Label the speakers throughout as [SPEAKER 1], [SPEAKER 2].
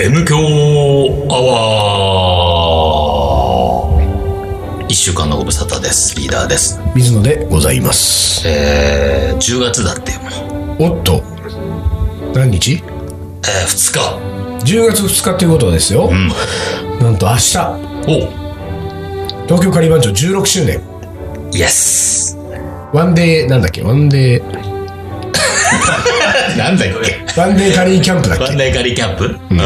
[SPEAKER 1] M 強アワー一週間のご無沙汰ですリーダーです
[SPEAKER 2] 水野でございます
[SPEAKER 1] えー、10月だって、え
[SPEAKER 2] おっと何日
[SPEAKER 1] ー、2日
[SPEAKER 2] ?10 月2日ということですよ、
[SPEAKER 1] ん
[SPEAKER 2] なんと明日
[SPEAKER 1] お
[SPEAKER 2] 東京カリバン町16周年
[SPEAKER 1] イエス
[SPEAKER 2] ワンデーなんだっけワンデー
[SPEAKER 1] なんだっけ
[SPEAKER 2] ワンデーカリーキャンプだっ
[SPEAKER 1] ワン
[SPEAKER 2] け
[SPEAKER 1] ダイカリーキャンプうん、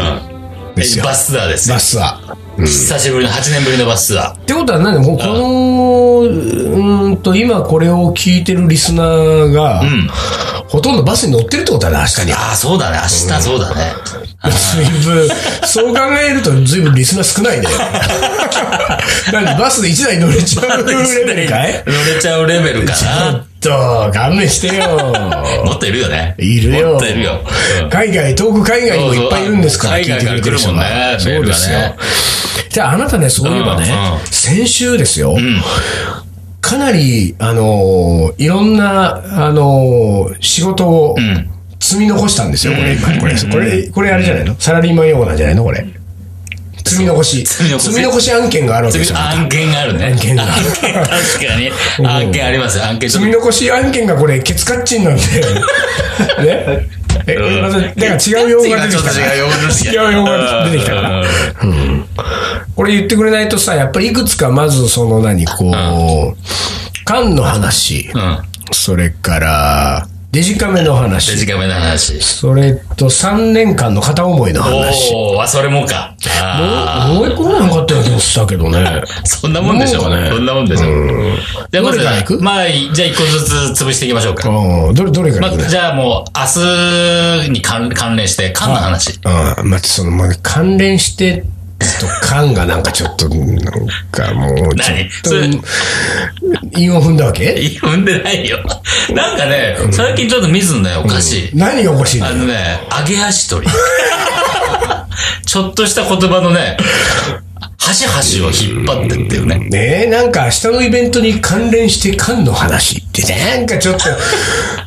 [SPEAKER 2] ですよ
[SPEAKER 1] バスツアーです
[SPEAKER 2] バスは
[SPEAKER 1] 久しぶりの8年ぶりのバスツアー
[SPEAKER 2] ってことは何でもうこのうーんと今これを聞いてるリスナーが、
[SPEAKER 1] ん
[SPEAKER 2] ほとんどバスに乗ってるってことだな明日に
[SPEAKER 1] ああそうだね明日そうだね、
[SPEAKER 2] 随分、そう考えると随分リスナー少ないね。何バスで1台乗れちゃうレベルかい
[SPEAKER 1] 乗れちゃうレベルか
[SPEAKER 2] ちょ
[SPEAKER 1] な
[SPEAKER 2] っと、勘弁してよ。
[SPEAKER 1] もっといるよね
[SPEAKER 2] いるよ
[SPEAKER 1] もっといるよ、うん
[SPEAKER 2] 海外、遠く海外にもいっぱいいるんですから、
[SPEAKER 1] そうそう
[SPEAKER 2] 聞いてくれてる人が
[SPEAKER 1] 海外から来
[SPEAKER 2] そ
[SPEAKER 1] るも
[SPEAKER 2] うん
[SPEAKER 1] ね
[SPEAKER 2] ですよ
[SPEAKER 1] メールがね。
[SPEAKER 2] じゃあ、あなたね、そういえばね、
[SPEAKER 1] うんうん
[SPEAKER 2] 先週ですよ、
[SPEAKER 1] ん
[SPEAKER 2] かなり、あのーいろんな、あのー仕事を
[SPEAKER 1] ん
[SPEAKER 2] 積み残したんですよ、これ、今、これ、これ、これあれじゃないのサラリーマン用なんじゃないのこれ。積み残し。
[SPEAKER 1] 積み残し
[SPEAKER 2] 積み残し案件があるわけですよ。
[SPEAKER 1] 案件があるね。
[SPEAKER 2] 案件が
[SPEAKER 1] 案件確かに。案件ありますよ。案件ちょ
[SPEAKER 2] 積
[SPEAKER 1] っ
[SPEAKER 2] み残し案件がこれ、ケツカッチン なんで。ね。え、また、だから違う用語が出てきた
[SPEAKER 1] ち
[SPEAKER 2] から
[SPEAKER 1] ょっと違う用語ですね
[SPEAKER 2] 違う用語が出てきたから。これ言ってくれないとさ、やっぱりいくつかまずその何、こう、缶の話、
[SPEAKER 1] うん。うん。
[SPEAKER 2] それから、デジカメの
[SPEAKER 1] デ
[SPEAKER 2] 話
[SPEAKER 1] ジ、カメの話。
[SPEAKER 2] それと3年間の片思いの話。
[SPEAKER 1] おお、あ、それもか。あ
[SPEAKER 2] もう一個ぐらいなかったような気もしたけど ね。
[SPEAKER 1] ーそんなもんでしょ。
[SPEAKER 2] もうかね
[SPEAKER 1] そんなもんでしょ。じゃあ、まず
[SPEAKER 2] どれから行く
[SPEAKER 1] まあ、じゃあ一個ずつ潰していきましょうか。
[SPEAKER 2] うん、どれ、どれか
[SPEAKER 1] ま
[SPEAKER 2] らいく
[SPEAKER 1] あ、
[SPEAKER 2] ね。
[SPEAKER 1] じゃあもう、明日に関関連して、缶の話。
[SPEAKER 2] うん、まあ、その、まあ、関連して、と缶がなんかちょっと、なんかもう、ちょ
[SPEAKER 1] 何
[SPEAKER 2] っ
[SPEAKER 1] それ、
[SPEAKER 2] と、韻を踏んだわけ
[SPEAKER 1] 読んでないよ。なんかね、最近ちょっと水野ね、おかしい。
[SPEAKER 2] 何がおかしいの
[SPEAKER 1] あのね、揚げ足取り。 ちょっとした言葉のね、端々を引っ張ってっていうね。
[SPEAKER 2] ねえ、なんか明日のイベントに関連して缶の話って、なんかちょっと、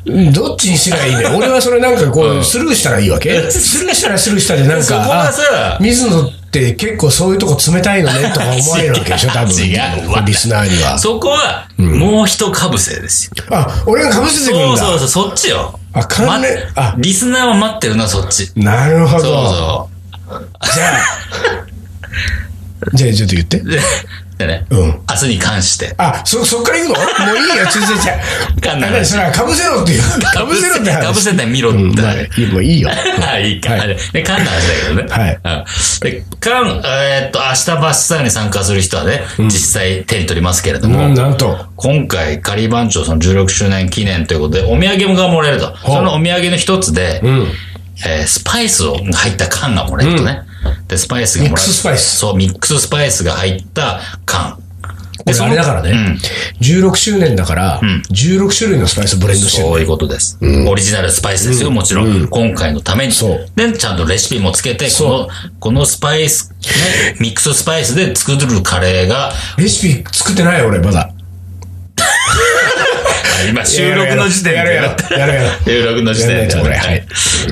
[SPEAKER 2] うんどっちにすりゃいい ね。俺はそれなんかこう、スルーしたらいいわけスルーしたらスルーしたでなん
[SPEAKER 1] そこ
[SPEAKER 2] か、
[SPEAKER 1] は
[SPEAKER 2] あ
[SPEAKER 1] さ、
[SPEAKER 2] 水野って結構そういうとこ冷たいのねとか思われるわけでしょ、多分。
[SPEAKER 1] 違うわ
[SPEAKER 2] リスナーには。
[SPEAKER 1] そこは、もう一かぶせですよ。
[SPEAKER 2] あ、俺が被せてくる
[SPEAKER 1] そ
[SPEAKER 2] ん
[SPEAKER 1] うそ
[SPEAKER 2] だ。
[SPEAKER 1] うそう、そっちよ。
[SPEAKER 2] あ関連
[SPEAKER 1] ま
[SPEAKER 2] あ
[SPEAKER 1] リスナーは待ってるな、そっち。そう
[SPEAKER 2] なるほど。
[SPEAKER 1] そ
[SPEAKER 2] じゃあ、じゃあちょっと言って
[SPEAKER 1] う。。 で、でね、
[SPEAKER 2] うん
[SPEAKER 1] 明日に関して。
[SPEAKER 2] あ、そ、そっから言うのもういいよ、ちょちょちょ。
[SPEAKER 1] かんない
[SPEAKER 2] あ何それは被せろっていう。被せろって話。
[SPEAKER 1] かぶせてみろっ
[SPEAKER 2] うん
[SPEAKER 1] て
[SPEAKER 2] まあ
[SPEAKER 1] 話。
[SPEAKER 2] いいもういいよ。
[SPEAKER 1] あ、いいか。
[SPEAKER 2] はい
[SPEAKER 1] で、カンの話だけどね。
[SPEAKER 2] はい
[SPEAKER 1] うん。で、カン、えーっと、明日バスツアーに参加する人はね、実際手に取りますけれども、
[SPEAKER 2] うん、なんと。
[SPEAKER 1] 今回、カリバン町その16周年記念ということで、お土産がもらえると。そのお土産の一つで、
[SPEAKER 2] ん
[SPEAKER 1] えースパイスを入った缶がもらえるとね。で、スパイスがもらえる。
[SPEAKER 2] ミックススパイス
[SPEAKER 1] そう、ミックススパイスが入った缶。
[SPEAKER 2] これあれだからね、16周年だから、16種類のスパイスブレンドしてる。
[SPEAKER 1] そういうことです。オリジナルスパイスですよ、もちろん。今回のために
[SPEAKER 2] そう。
[SPEAKER 1] で、ちゃんとレシピもつけて、
[SPEAKER 2] そ
[SPEAKER 1] この、このスパイス、ね、ミックススパイスで作るカレーが、
[SPEAKER 2] レシピ作ってないよ、俺、まだ。
[SPEAKER 1] あ今、収録の時点で。
[SPEAKER 2] やるやろ。やるやろ。
[SPEAKER 1] 収録の時点で。
[SPEAKER 2] やるやつこれはい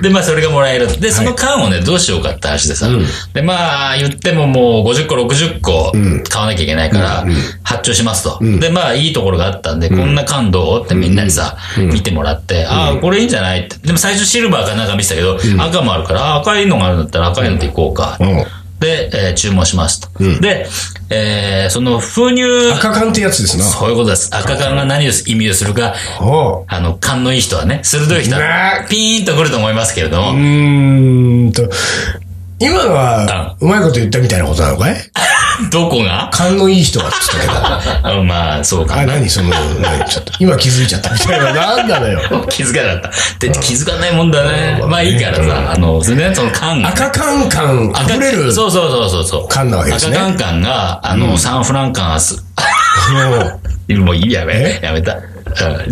[SPEAKER 1] で、まあ、それがもらえる。で、その缶をね、どうしようかって話でさ。で、まあ、言ってももう50個、60個買わなきゃいけないから、発注しますと。で、まあ、いいところがあったんで、こんな缶どうってみんなにさ、見てもらって、ああ、これいいんじゃないって。でも最初シルバーかなんか見てたけど、赤もあるから、ああ赤いのがあるんだったら赤いのでいこうか。
[SPEAKER 2] うん
[SPEAKER 1] で、えー注文しますと。で、えーその封入、
[SPEAKER 2] 赤缶ってやつですな。
[SPEAKER 1] そういうことです。赤缶が何を意味をするか、
[SPEAKER 2] おう
[SPEAKER 1] あの、勘のいい人はね、鋭い人
[SPEAKER 2] ね
[SPEAKER 1] は、ピーンと来ると思いますけれど
[SPEAKER 2] う
[SPEAKER 1] も、
[SPEAKER 2] ーんと、今のは、うまいこと言ったみたいなことなのかい
[SPEAKER 1] ど こが
[SPEAKER 2] 勘のいい人がって言 ったけど。
[SPEAKER 1] あまあ、そうか
[SPEAKER 2] あ、
[SPEAKER 1] な。
[SPEAKER 2] 何その、何ちょっと、今気づいちゃったみたいな。なんだのよ。
[SPEAKER 1] 気づかなかった。で、気づかないもんだね。まあいいからさ、あの、それでね、その缶が。
[SPEAKER 2] 赤缶感
[SPEAKER 1] 赤
[SPEAKER 2] 溢れる。
[SPEAKER 1] そうそうそうそうそう。
[SPEAKER 2] 缶なわけですね
[SPEAKER 1] 赤缶缶が、あの、サンフランカンはす、
[SPEAKER 2] うん
[SPEAKER 1] もういいやめ
[SPEAKER 2] え、
[SPEAKER 1] やめた。うん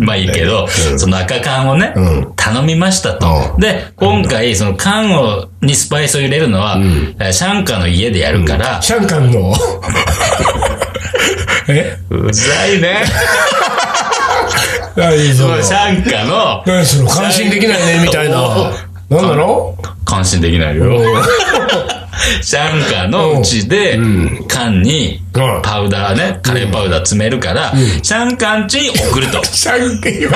[SPEAKER 1] まあいいけど、その赤缶をね、
[SPEAKER 2] うん
[SPEAKER 1] 頼みましたと。
[SPEAKER 2] うん
[SPEAKER 1] で、今回、その缶を、にスパイスを入れるのは、えーシャンカの家でやるから、
[SPEAKER 2] シャンカン の。え
[SPEAKER 1] うざいね。
[SPEAKER 2] 何その
[SPEAKER 1] シャンカの、
[SPEAKER 2] 何その感心できないねみたいな。なんだろ
[SPEAKER 1] 感心できないよ。
[SPEAKER 2] う
[SPEAKER 1] シャンカーのうちで、缶に
[SPEAKER 2] うん、
[SPEAKER 1] パウダーね、カレーパウダー詰めるから、シャンカン家に 送ると。
[SPEAKER 2] シャンク今、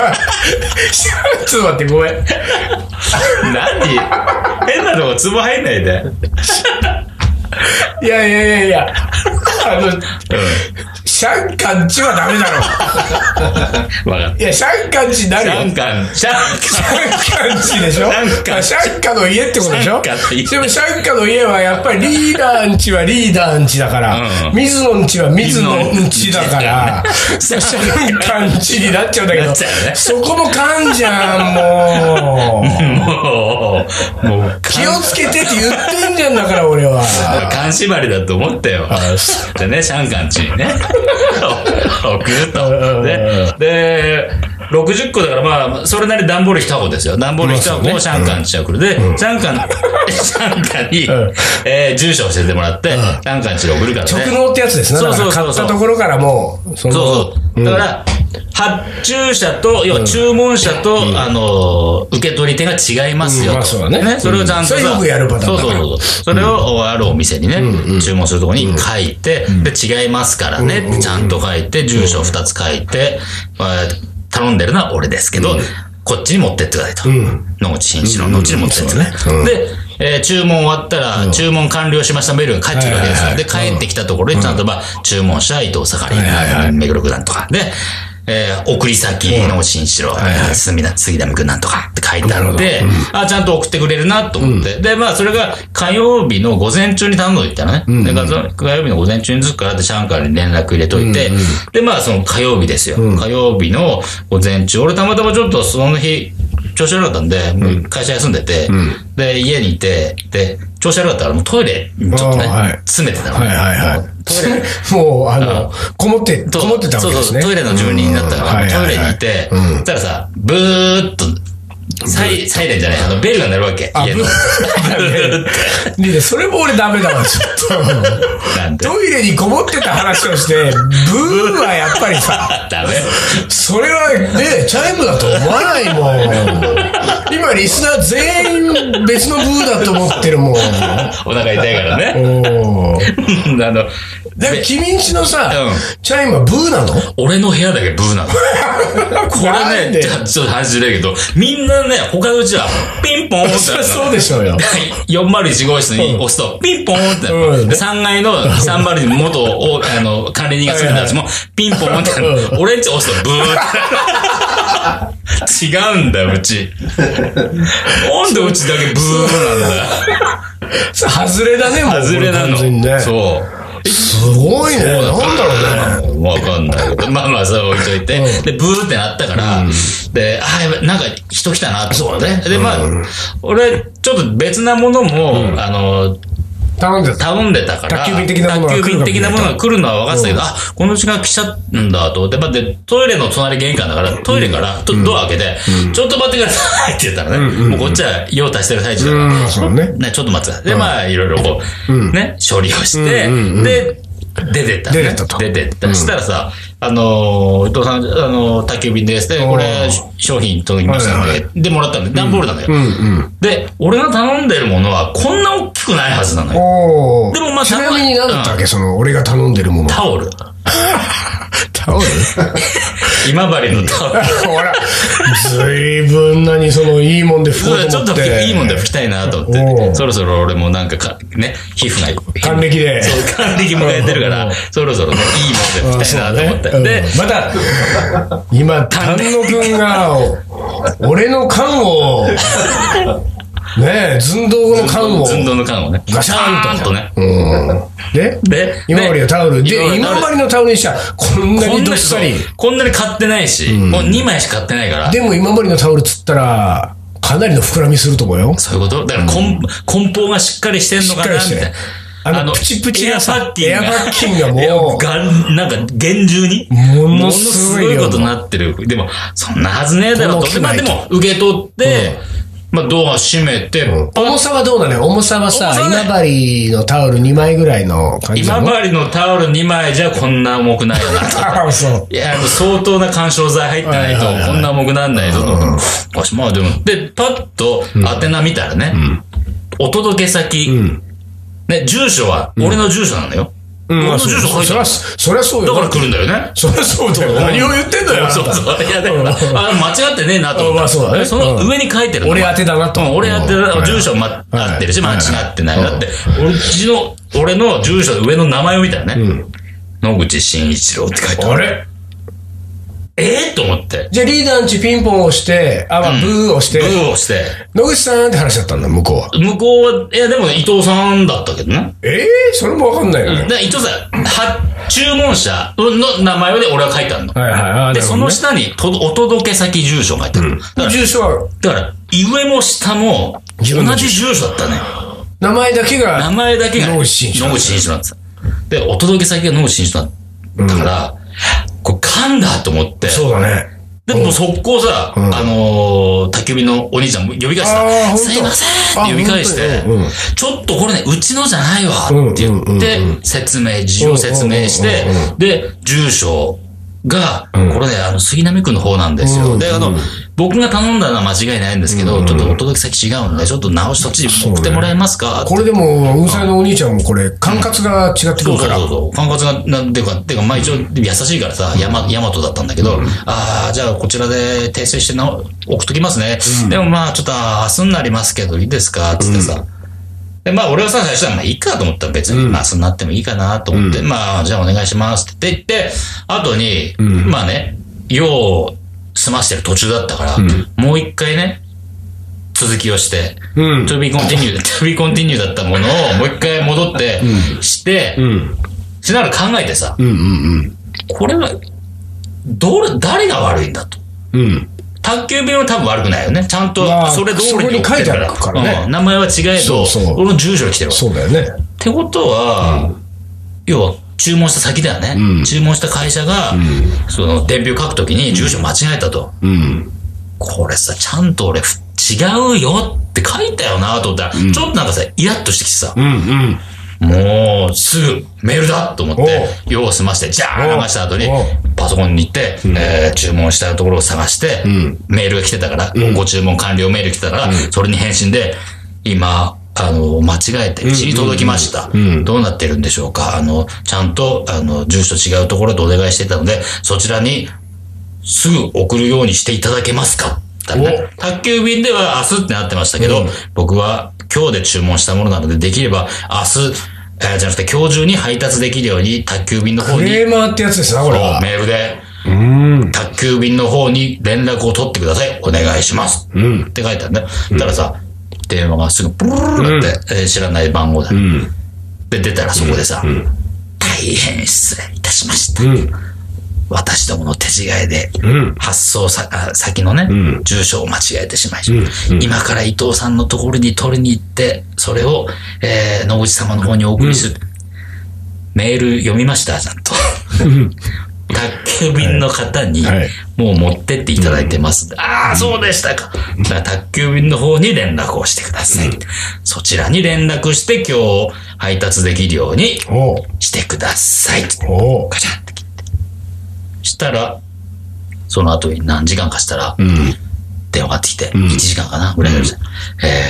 [SPEAKER 2] シャンちょっと待って、ごめん。
[SPEAKER 1] 何変なとこツボ入んないで。うん。
[SPEAKER 2] いやいやいやいや、あの、シャンカンチはダメだろ。
[SPEAKER 1] わかっ
[SPEAKER 2] いや、シャンカンチにな
[SPEAKER 1] た。
[SPEAKER 2] る
[SPEAKER 1] シ
[SPEAKER 2] よ。
[SPEAKER 1] ャンカン、シャン
[SPEAKER 2] シャ
[SPEAKER 1] カン。
[SPEAKER 2] ンカンチでしょ
[SPEAKER 1] シャンカン
[SPEAKER 2] シャンカの家ってことでしょ
[SPEAKER 1] シャンカって言う
[SPEAKER 2] でもシャンカの家はやっぱりリーダーんちはリーダーんちだから、
[SPEAKER 1] うん
[SPEAKER 2] 水野んちは水野んちだから、シャンカンちになっちゃうんだけ
[SPEAKER 1] な
[SPEAKER 2] ど、
[SPEAKER 1] っちゃうね
[SPEAKER 2] そこもかんじゃん、も う。
[SPEAKER 1] もう、もう、
[SPEAKER 2] 気をつけてって言ってんじゃんだから、俺は。
[SPEAKER 1] 缶縛りだと思ったよ。 でね、シャンカン家にね、 送ると。ねで、60個だから、まあ、それなりに段ボール1箱ですよ。段ボール1
[SPEAKER 2] まあそうね
[SPEAKER 1] 箱をシャンカン家に送る。で、シャンカン、 シャンカンに
[SPEAKER 2] ん、
[SPEAKER 1] えー住所を教えてもらって、シャンカン家に送るからね。
[SPEAKER 2] 直納ってやつですな。
[SPEAKER 1] そう
[SPEAKER 2] だか
[SPEAKER 1] そ
[SPEAKER 2] ら
[SPEAKER 1] うそ
[SPEAKER 2] 買
[SPEAKER 1] う
[SPEAKER 2] っ
[SPEAKER 1] そう
[SPEAKER 2] たところからもう、その
[SPEAKER 1] そうそう。だから、発注者と、要は注文者と、あの、受け取り手が違いますよ
[SPEAKER 2] うん
[SPEAKER 1] と。
[SPEAKER 2] まあそうだね
[SPEAKER 1] それをちゃんとさ。
[SPEAKER 2] うんそれよくやるパターンだ
[SPEAKER 1] そう
[SPEAKER 2] な
[SPEAKER 1] そうそう。それを、あるお店にね、注文するとこに書いて、で、違いますからねってちゃんと書いて、住所2つ書いて、まあ頼んでるのは俺ですけど、こっちに持ってってくださいと。野口紳士の、後に持ってってね。で、えー注文終わったら、注文完了しましたメールが返ってくるわけですよ。で、帰ってきたところに、ちゃんと、まあ、注文した伊藤盛り、目黒区なんとか。で、えー送り先の新城、隅田、杉田区なんとかって書いてあって、あ、ちゃんと送ってくれるなと思って。で、まあ、それが火曜日の午前中に頼んどいたのね。で、火曜日の午前中に着くからって、シャンカーに連絡入れといて、で、まあ、その火曜日ですよ。火曜日の午前中、俺たまたまちょっとその日、調子悪かったんで、もう会社休んでて、で、家にいて、で、調子悪かったから、もうトイレにちょっとね、
[SPEAKER 2] あーはい
[SPEAKER 1] 詰めてたの
[SPEAKER 2] は
[SPEAKER 1] ね。
[SPEAKER 2] いはいはい
[SPEAKER 1] トイレ。
[SPEAKER 2] もう、あの、こもって、
[SPEAKER 1] と
[SPEAKER 2] こもってたわけですね。
[SPEAKER 1] そうそうトイレの住人だったから、
[SPEAKER 2] うん
[SPEAKER 1] トイレにいて、
[SPEAKER 2] ははは
[SPEAKER 1] そしたらさ、ブーっと、サイサイレンじゃない、あの、ベルが鳴るわけ。
[SPEAKER 2] あ
[SPEAKER 1] 家
[SPEAKER 2] ブ
[SPEAKER 1] の。
[SPEAKER 2] ーうんでねそれも俺ダメだわ、ちょっ
[SPEAKER 1] なん
[SPEAKER 2] と。
[SPEAKER 1] で。
[SPEAKER 2] トイレにこもってた話をして、ブーはやっぱりさ、
[SPEAKER 1] ダメ。
[SPEAKER 2] それはね、チャイムだと思わないもん。今、リスナー全員別のブーだと思ってるもん。
[SPEAKER 1] お腹痛いからね。
[SPEAKER 2] おー
[SPEAKER 1] あの、
[SPEAKER 2] だから君んちのさ、
[SPEAKER 1] うん
[SPEAKER 2] チャイムはブーなの
[SPEAKER 1] 俺の部屋だけブーなの。こ
[SPEAKER 2] な
[SPEAKER 1] れ
[SPEAKER 2] ん
[SPEAKER 1] ね、
[SPEAKER 2] で
[SPEAKER 1] ちょちょっと話だけど、みんなね、他のうちは、ピンポンって
[SPEAKER 2] そ
[SPEAKER 1] な
[SPEAKER 2] りゃ
[SPEAKER 1] るの
[SPEAKER 2] そうでしょうよ。
[SPEAKER 1] 401号室に押すと、ピンポーンってなる、
[SPEAKER 2] うん
[SPEAKER 1] で、3階の302元を、あの、管理人が住んでたやつも、ピンポーンってなる俺んち押すと、ブーって なる。違うんだよ、うち。なんでうちだけブーなんだよ。
[SPEAKER 2] 外れだね、もう。
[SPEAKER 1] 外れな
[SPEAKER 2] 完
[SPEAKER 1] の。
[SPEAKER 2] 全にね。す
[SPEAKER 1] そう。
[SPEAKER 2] ごいね。なんだろうね。
[SPEAKER 1] わかんないけど。まあまあ、それは置いといて。で、ブーってなったから、で、あ、やばいなんか人来たなと思って、ね。で、まあ、俺、ちょっと別なものも、あの、
[SPEAKER 2] 頼んでた。
[SPEAKER 1] 頼んでたから、
[SPEAKER 2] 宅急便的なものが来る
[SPEAKER 1] 宅急便的なものが来るのは分かってたけ
[SPEAKER 2] う
[SPEAKER 1] ど、あ、この時間来ちゃうんだと思って、まあで、トイレの隣玄関だから、トイレからとドア開けて、ちょっと待ってくださいって言ったらね、もうこっちは用足してる最中だから、
[SPEAKER 2] うん、そうね。
[SPEAKER 1] ね、ちょっと待ってください。で、まあ、いろいろこう、ね、処理をして、で、出てった、ね。
[SPEAKER 2] 出てったと
[SPEAKER 1] 出てった。したらさ、あのー、伊藤さん、あのー、宅急便です。で、これ、商品届きましたの
[SPEAKER 2] はい
[SPEAKER 1] で、で、もらったんで、段ボールなのよ。で、俺が頼んでるものは、こんな大きくないはずなのよ。
[SPEAKER 2] おお。
[SPEAKER 1] でもまあ
[SPEAKER 2] ちなみに何だったわけその、俺が頼んでるもの。
[SPEAKER 1] タオル。
[SPEAKER 2] タオル
[SPEAKER 1] 今治のタオル。
[SPEAKER 2] ほら、ずいぶんなにその、いいもんで拭こう
[SPEAKER 1] ち
[SPEAKER 2] と
[SPEAKER 1] ょっ
[SPEAKER 2] 思っ
[SPEAKER 1] と
[SPEAKER 2] て。
[SPEAKER 1] いいもんで拭きたいなと思
[SPEAKER 2] お
[SPEAKER 1] って、
[SPEAKER 2] う
[SPEAKER 1] そろそろ俺もなんかか、ね、皮膚が、
[SPEAKER 2] 還暦で。
[SPEAKER 1] そう、還暦迎えてるから、そろそろね、いいもんで拭きたいなと思って。
[SPEAKER 2] うん
[SPEAKER 1] で、
[SPEAKER 2] また、今、丹野くんが、俺の缶 を、ねえ、寸胴の缶を、
[SPEAKER 1] 寸胴の缶をね。
[SPEAKER 2] ガシャーンと
[SPEAKER 1] ね。
[SPEAKER 2] うん。で、
[SPEAKER 1] で、
[SPEAKER 2] 今治のタオル。
[SPEAKER 1] 今治
[SPEAKER 2] で、今治のタオルにしたら、こんな
[SPEAKER 1] こ
[SPEAKER 2] に
[SPEAKER 1] ん
[SPEAKER 2] ど
[SPEAKER 1] な
[SPEAKER 2] っ
[SPEAKER 1] に
[SPEAKER 2] さり。
[SPEAKER 1] こんなに買ってないし、もう2枚しか買ってないから。
[SPEAKER 2] でも今治のタオルつったら、かなりの膨らみすると思うよ。
[SPEAKER 1] そういうことだから、梱梱包がしっかりしてんのかな、み
[SPEAKER 2] しっかりして
[SPEAKER 1] たいな。
[SPEAKER 2] あのプチプチ
[SPEAKER 1] エ
[SPEAKER 2] が
[SPEAKER 1] アパ
[SPEAKER 2] さ
[SPEAKER 1] ッキンが。
[SPEAKER 2] エアパッキンがもう
[SPEAKER 1] エアがん、なんか厳重に。
[SPEAKER 2] ものすごい
[SPEAKER 1] ものすごい
[SPEAKER 2] 量
[SPEAKER 1] ことになってる。でも、そんなはずねえだろうと。
[SPEAKER 2] 届
[SPEAKER 1] で
[SPEAKER 2] きな
[SPEAKER 1] まあ
[SPEAKER 2] い
[SPEAKER 1] で
[SPEAKER 2] と
[SPEAKER 1] も、受け取って、まあドア閉めて、
[SPEAKER 2] 重さはどうなのよ重さはさ、
[SPEAKER 1] 重さ
[SPEAKER 2] 今治のタオル2枚ぐらいの感じな
[SPEAKER 1] 今
[SPEAKER 2] の
[SPEAKER 1] 治のタオル2枚じゃこんな重くない よなと。
[SPEAKER 2] ああ、そう。
[SPEAKER 1] いや、でも相当な干渉剤入ってない
[SPEAKER 2] はいはいはい
[SPEAKER 1] と、こんな重くなんないぞと。よしまあでも、で、パッと宛名見たらね、お届け先、ね、住所は、俺の住所なんだよ。俺
[SPEAKER 2] ま
[SPEAKER 1] の
[SPEAKER 2] あ
[SPEAKER 1] 住所書いて
[SPEAKER 2] そ
[SPEAKER 1] あ
[SPEAKER 2] り
[SPEAKER 1] る
[SPEAKER 2] ゃ、そりゃそう
[SPEAKER 1] だ
[SPEAKER 2] よ。
[SPEAKER 1] から来るんだよね。
[SPEAKER 2] そりゃそうだよ。何を言ってんだよ、あなた
[SPEAKER 1] そうそう。いや、だから、あ、間違ってねえなと思った。
[SPEAKER 2] まあそうだね
[SPEAKER 1] その上に書いてるの
[SPEAKER 2] 俺宛てだなと
[SPEAKER 1] うん俺宛て
[SPEAKER 2] う
[SPEAKER 1] だ。
[SPEAKER 2] ん
[SPEAKER 1] 住所ま、
[SPEAKER 2] はい
[SPEAKER 1] 合ってるし、間
[SPEAKER 2] はい
[SPEAKER 1] 違ってない。
[SPEAKER 2] うん
[SPEAKER 1] だって、俺ちの、俺の住所の上の名前を見たらね。野口真一郎って書いてあ
[SPEAKER 2] あ
[SPEAKER 1] る。
[SPEAKER 2] れ
[SPEAKER 1] ええと思って。
[SPEAKER 2] じゃあリーダーんちピンポン押して、あ、まあ、ブー押し
[SPEAKER 1] ブ
[SPEAKER 2] て、
[SPEAKER 1] ーをして。
[SPEAKER 2] 野口さんって話だったんだ、向こうは。
[SPEAKER 1] 向こうは、いや、でも伊藤さんだったけどね。
[SPEAKER 2] ええそれもわかんないよ
[SPEAKER 1] だ
[SPEAKER 2] ね。
[SPEAKER 1] から伊藤さん、は、注文者の名前で俺は書いてあるの。
[SPEAKER 2] はいはいあー。
[SPEAKER 1] で、その
[SPEAKER 2] 人、
[SPEAKER 1] 下にと、お届け先住所が書いてある。だから
[SPEAKER 2] 住所は、
[SPEAKER 1] だから、上も下も、
[SPEAKER 2] 自
[SPEAKER 1] 同
[SPEAKER 2] 分の
[SPEAKER 1] じ住所だったね。
[SPEAKER 2] 名前だけ
[SPEAKER 1] 名
[SPEAKER 2] が、
[SPEAKER 1] 前だけが、
[SPEAKER 2] 野口真一
[SPEAKER 1] 野口真一なんですよで、お届け先が野口真一だったから、これ噛んだと思って、
[SPEAKER 2] そうだね。
[SPEAKER 1] でもう速攻さ、あのー、焚き火のお兄ちゃんも呼び返して
[SPEAKER 2] あーほんと
[SPEAKER 1] さ、すいませんって呼び返して
[SPEAKER 2] あほんとうん、
[SPEAKER 1] ちょっとこれね、うちのじゃないわって言
[SPEAKER 2] うんうんう
[SPEAKER 1] っ
[SPEAKER 2] ん
[SPEAKER 1] て、説明、事情説明して
[SPEAKER 2] うんうんうん、
[SPEAKER 1] で、住所が、こ
[SPEAKER 2] ん
[SPEAKER 1] れね、あの、杉並区の方なんで
[SPEAKER 2] う
[SPEAKER 1] す
[SPEAKER 2] んう
[SPEAKER 1] よ。
[SPEAKER 2] ん
[SPEAKER 1] で、あの、僕が頼んだのは間違いないんですけど、ちょっとお届け先違うんで、ちょっと直しそっちに送ってもらえますか
[SPEAKER 2] これでも、雲才のお兄ちゃんもこれ、管轄が違ってく
[SPEAKER 1] そう
[SPEAKER 2] る
[SPEAKER 1] そ
[SPEAKER 2] か
[SPEAKER 1] う
[SPEAKER 2] ら。
[SPEAKER 1] そうそう。管轄が、なんていうか、てか、まあ一応優しいからさ、ヤマ、ヤマトだったんだけど、ああ、じゃあこちらで訂正してな、送っときますね。でもまあちょっと明日になりますけど、いいですかつってさ。で、まあ俺はさ、最初はまあいいかと思ったら別に、まあ明日になってもいいかなと思って、まあじゃあお願いしますって言って、後に、まあね、用を済ましてる途中だったから、もう一回ね、続きをして、
[SPEAKER 2] うん。
[SPEAKER 1] to be continue, to be continue だったものをもう一回戻って、して、
[SPEAKER 2] うん。
[SPEAKER 1] しながら考えてさ、
[SPEAKER 2] うんうん
[SPEAKER 1] これは、どれ、誰が悪いんだと。
[SPEAKER 2] うん。うん。
[SPEAKER 1] 宅急便は多分悪くないよね。ちゃんと
[SPEAKER 2] ま、あ
[SPEAKER 1] それ通りに送ってるか
[SPEAKER 2] そこ
[SPEAKER 1] ら。
[SPEAKER 2] に書いてあるからね
[SPEAKER 1] うん名前は違えど、
[SPEAKER 2] そうそう
[SPEAKER 1] 俺の住所が来てるわ。っ
[SPEAKER 2] そうだよね。
[SPEAKER 1] てことは、要は、注文した先だよね。
[SPEAKER 2] うん
[SPEAKER 1] 注文した会社が、その、伝票書くときに住所間違えたと。
[SPEAKER 2] うん。
[SPEAKER 1] これさ、ちゃんと俺、ふ違うよって書いたよなと思ったら、ちょっとなんかさ、イラッとしてきてさ、
[SPEAKER 2] うんうん。
[SPEAKER 1] もう、すぐ、メールだと思って、用を済まして、じゃ
[SPEAKER 2] お
[SPEAKER 1] ー
[SPEAKER 2] う
[SPEAKER 1] 流した後に
[SPEAKER 2] おう、
[SPEAKER 1] パソコンに行って、えー注文したところを探して、メールが来てたから、ご注文完了メール来てたから、それに返信で、今、あの、間違えて、うちに届きました。どうなってるんでしょうかあの、ちゃんと、あの、住所違うところでお願いしてたので、そちらに、すぐ送るようにしていただけますかだね宅急便では明日ってなってましたけど、僕は今日で注文したものなので、できれば明日、えーじゃなくて今日中に配達できるように宅急便の方
[SPEAKER 2] フ
[SPEAKER 1] に、
[SPEAKER 2] レーマーってやつですな、これは。
[SPEAKER 1] メールで、
[SPEAKER 2] うん。
[SPEAKER 1] 宅急便の方に連絡を取ってください。お願いします。
[SPEAKER 2] うん。
[SPEAKER 1] って書いてあるね。だからさ、電話がすぐプルルルルって、えー知らない番号だ。
[SPEAKER 2] ん
[SPEAKER 1] で、出たらそこでさ、大変失礼いたしました。
[SPEAKER 2] うん。
[SPEAKER 1] 私どもの手違いで、
[SPEAKER 2] うん。
[SPEAKER 1] 発送さあ先のね、
[SPEAKER 2] ん
[SPEAKER 1] 住所を間違えてしまい、
[SPEAKER 2] うんうん
[SPEAKER 1] 今から伊藤さんのところに取りに行って、それを、えー野口様の方にお送りする。メール読みました、ちゃんと。宅急便の方に、
[SPEAKER 2] はいはい
[SPEAKER 1] もう持ってっていただいてます。ああ、そうでしたか。だから宅急便の方に連絡をしてください。そちらに連絡して、今日配達できるように
[SPEAKER 2] おう。
[SPEAKER 1] してください。
[SPEAKER 2] おう。
[SPEAKER 1] ガチャンって切って。したら、その後に何時間かしたら、
[SPEAKER 2] ん。
[SPEAKER 1] 電話がかってきて、1時間かなぐらいで、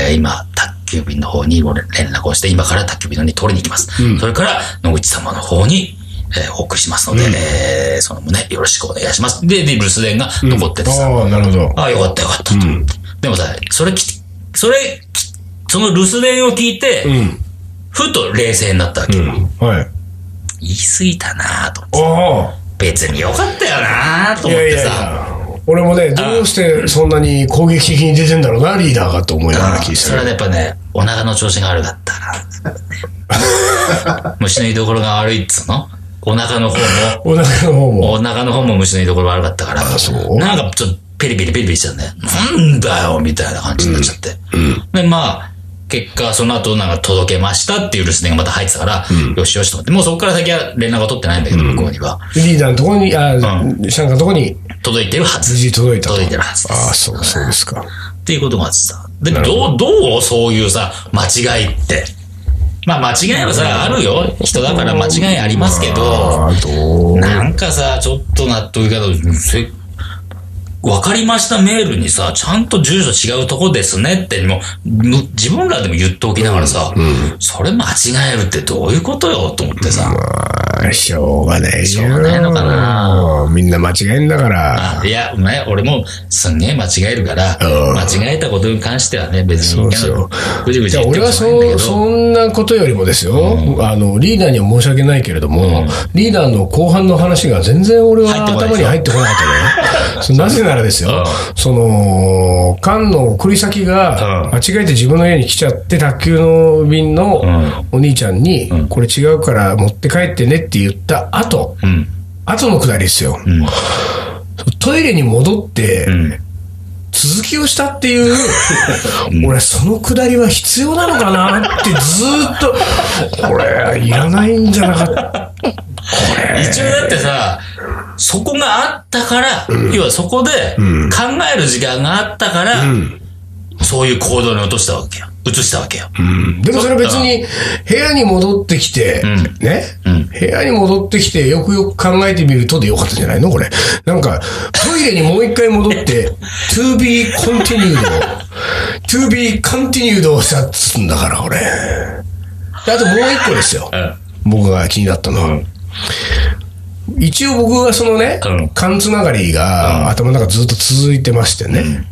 [SPEAKER 1] えー今、宅急便の方にご連絡をして、今から宅急便の方に取りに行きます。それから、野口様の方に、えーお送りしますので、えーその旨よろしくお願いします。で、で、留守電が残っててさ、
[SPEAKER 2] ああ、なるほど。
[SPEAKER 1] ああ、よかったよかったと思って。でもさ、それき、それき、その留守電を聞いて、
[SPEAKER 2] ん。
[SPEAKER 1] ふと冷静になったわけ。
[SPEAKER 2] はい。
[SPEAKER 1] 言い過ぎたなぁと思って。
[SPEAKER 2] ああ。
[SPEAKER 1] 別によかったよなぁと思ってさ。
[SPEAKER 2] 俺もね、どうしてそんなに攻撃的に出てんだろうな、リーダーがと思いながら聞いて
[SPEAKER 1] それ
[SPEAKER 2] た
[SPEAKER 1] は。やっぱね、お腹の調子が悪か ったな。虫の居所が悪いっつうのお腹の方も、
[SPEAKER 2] お腹の方も。
[SPEAKER 1] お腹の方も虫の居所悪かったから、
[SPEAKER 2] そう
[SPEAKER 1] なんかちょっとペリペリペリペリしちゃうんだよ。なんだよみたいな感じになっちゃって。で、まあ、結果、その後、なんか届けましたっていう留守電がまた入ってたから、よしよしと思って、もうそこから先は連絡は取ってないんだけど、向こうには。
[SPEAKER 2] リーダーのところに、ああ、シャンカのところに
[SPEAKER 1] 届いてるはず。
[SPEAKER 2] 無事届いたと。
[SPEAKER 1] 届いてるはずで
[SPEAKER 2] ああ、
[SPEAKER 1] す。
[SPEAKER 2] そう、そうですか。
[SPEAKER 1] っていうことがあってさ。で、
[SPEAKER 2] なるほ
[SPEAKER 1] どう、どうそういうさ、間違いって。まあ間違いはさ、あるよ。人だから間違いありますけど、
[SPEAKER 2] ああ、どう
[SPEAKER 1] なんかさ、ちょっと納得いかない。せわかりましたメールにさ、ちゃんと住所違うとこですねってもう、む自分らでも言っておきながらさ、それ間違えるってどういうことよと思ってさ、
[SPEAKER 2] まあ、しょうがないよ
[SPEAKER 1] しょうがないのかな
[SPEAKER 2] みんな間違えんだから。
[SPEAKER 1] あいや、ね、俺もすんげえ間違えるから、
[SPEAKER 2] うん
[SPEAKER 1] 間違えたことに関してはね、別に
[SPEAKER 2] そうですよ
[SPEAKER 1] ぐじぐ
[SPEAKER 2] じ
[SPEAKER 1] じ
[SPEAKER 2] ゃあ
[SPEAKER 1] 言っ
[SPEAKER 2] 俺
[SPEAKER 1] ても
[SPEAKER 2] は
[SPEAKER 1] しょうがない
[SPEAKER 2] そ
[SPEAKER 1] んだけど、
[SPEAKER 2] そんなことよりもですよ、あのリーダーには申し訳ないけれども、リーダーの後半の話が全然俺は
[SPEAKER 1] 入ってこない
[SPEAKER 2] 頭に入ってこなかった ねそうなぜならですよ、その缶の送り先が
[SPEAKER 1] うん
[SPEAKER 2] 間違えて自分の家に来ちゃって宅急の便の
[SPEAKER 1] ん
[SPEAKER 2] お兄ちゃんに、これ違うから持って帰ってねって言った後
[SPEAKER 1] うん、
[SPEAKER 2] 後のくだりですよ、
[SPEAKER 1] ん
[SPEAKER 2] トイレに戻って、
[SPEAKER 1] うん。
[SPEAKER 2] 続きをしたっていう、俺、そのくだりは必要なのかなってずーっと、これ、いらないんじゃなかった。
[SPEAKER 1] 一応だってさ、そこがあったから、要はそこで考える時間があったから、そういう行動に落としたわけよ。移したわけよ。
[SPEAKER 2] でもそれ別に、部屋に戻ってきて、ね、部屋に戻ってきて、よくよく考えてみるとでよかったんじゃないのこれ。なんか、トイレにもう一回戻って、to be continued を、to be continued をしたっつうんだから、俺。であともう一個ですよ。僕が気になったのは、一応僕はそのね
[SPEAKER 1] うん、
[SPEAKER 2] 缶つながりが頭の中ずっと続いてましてね、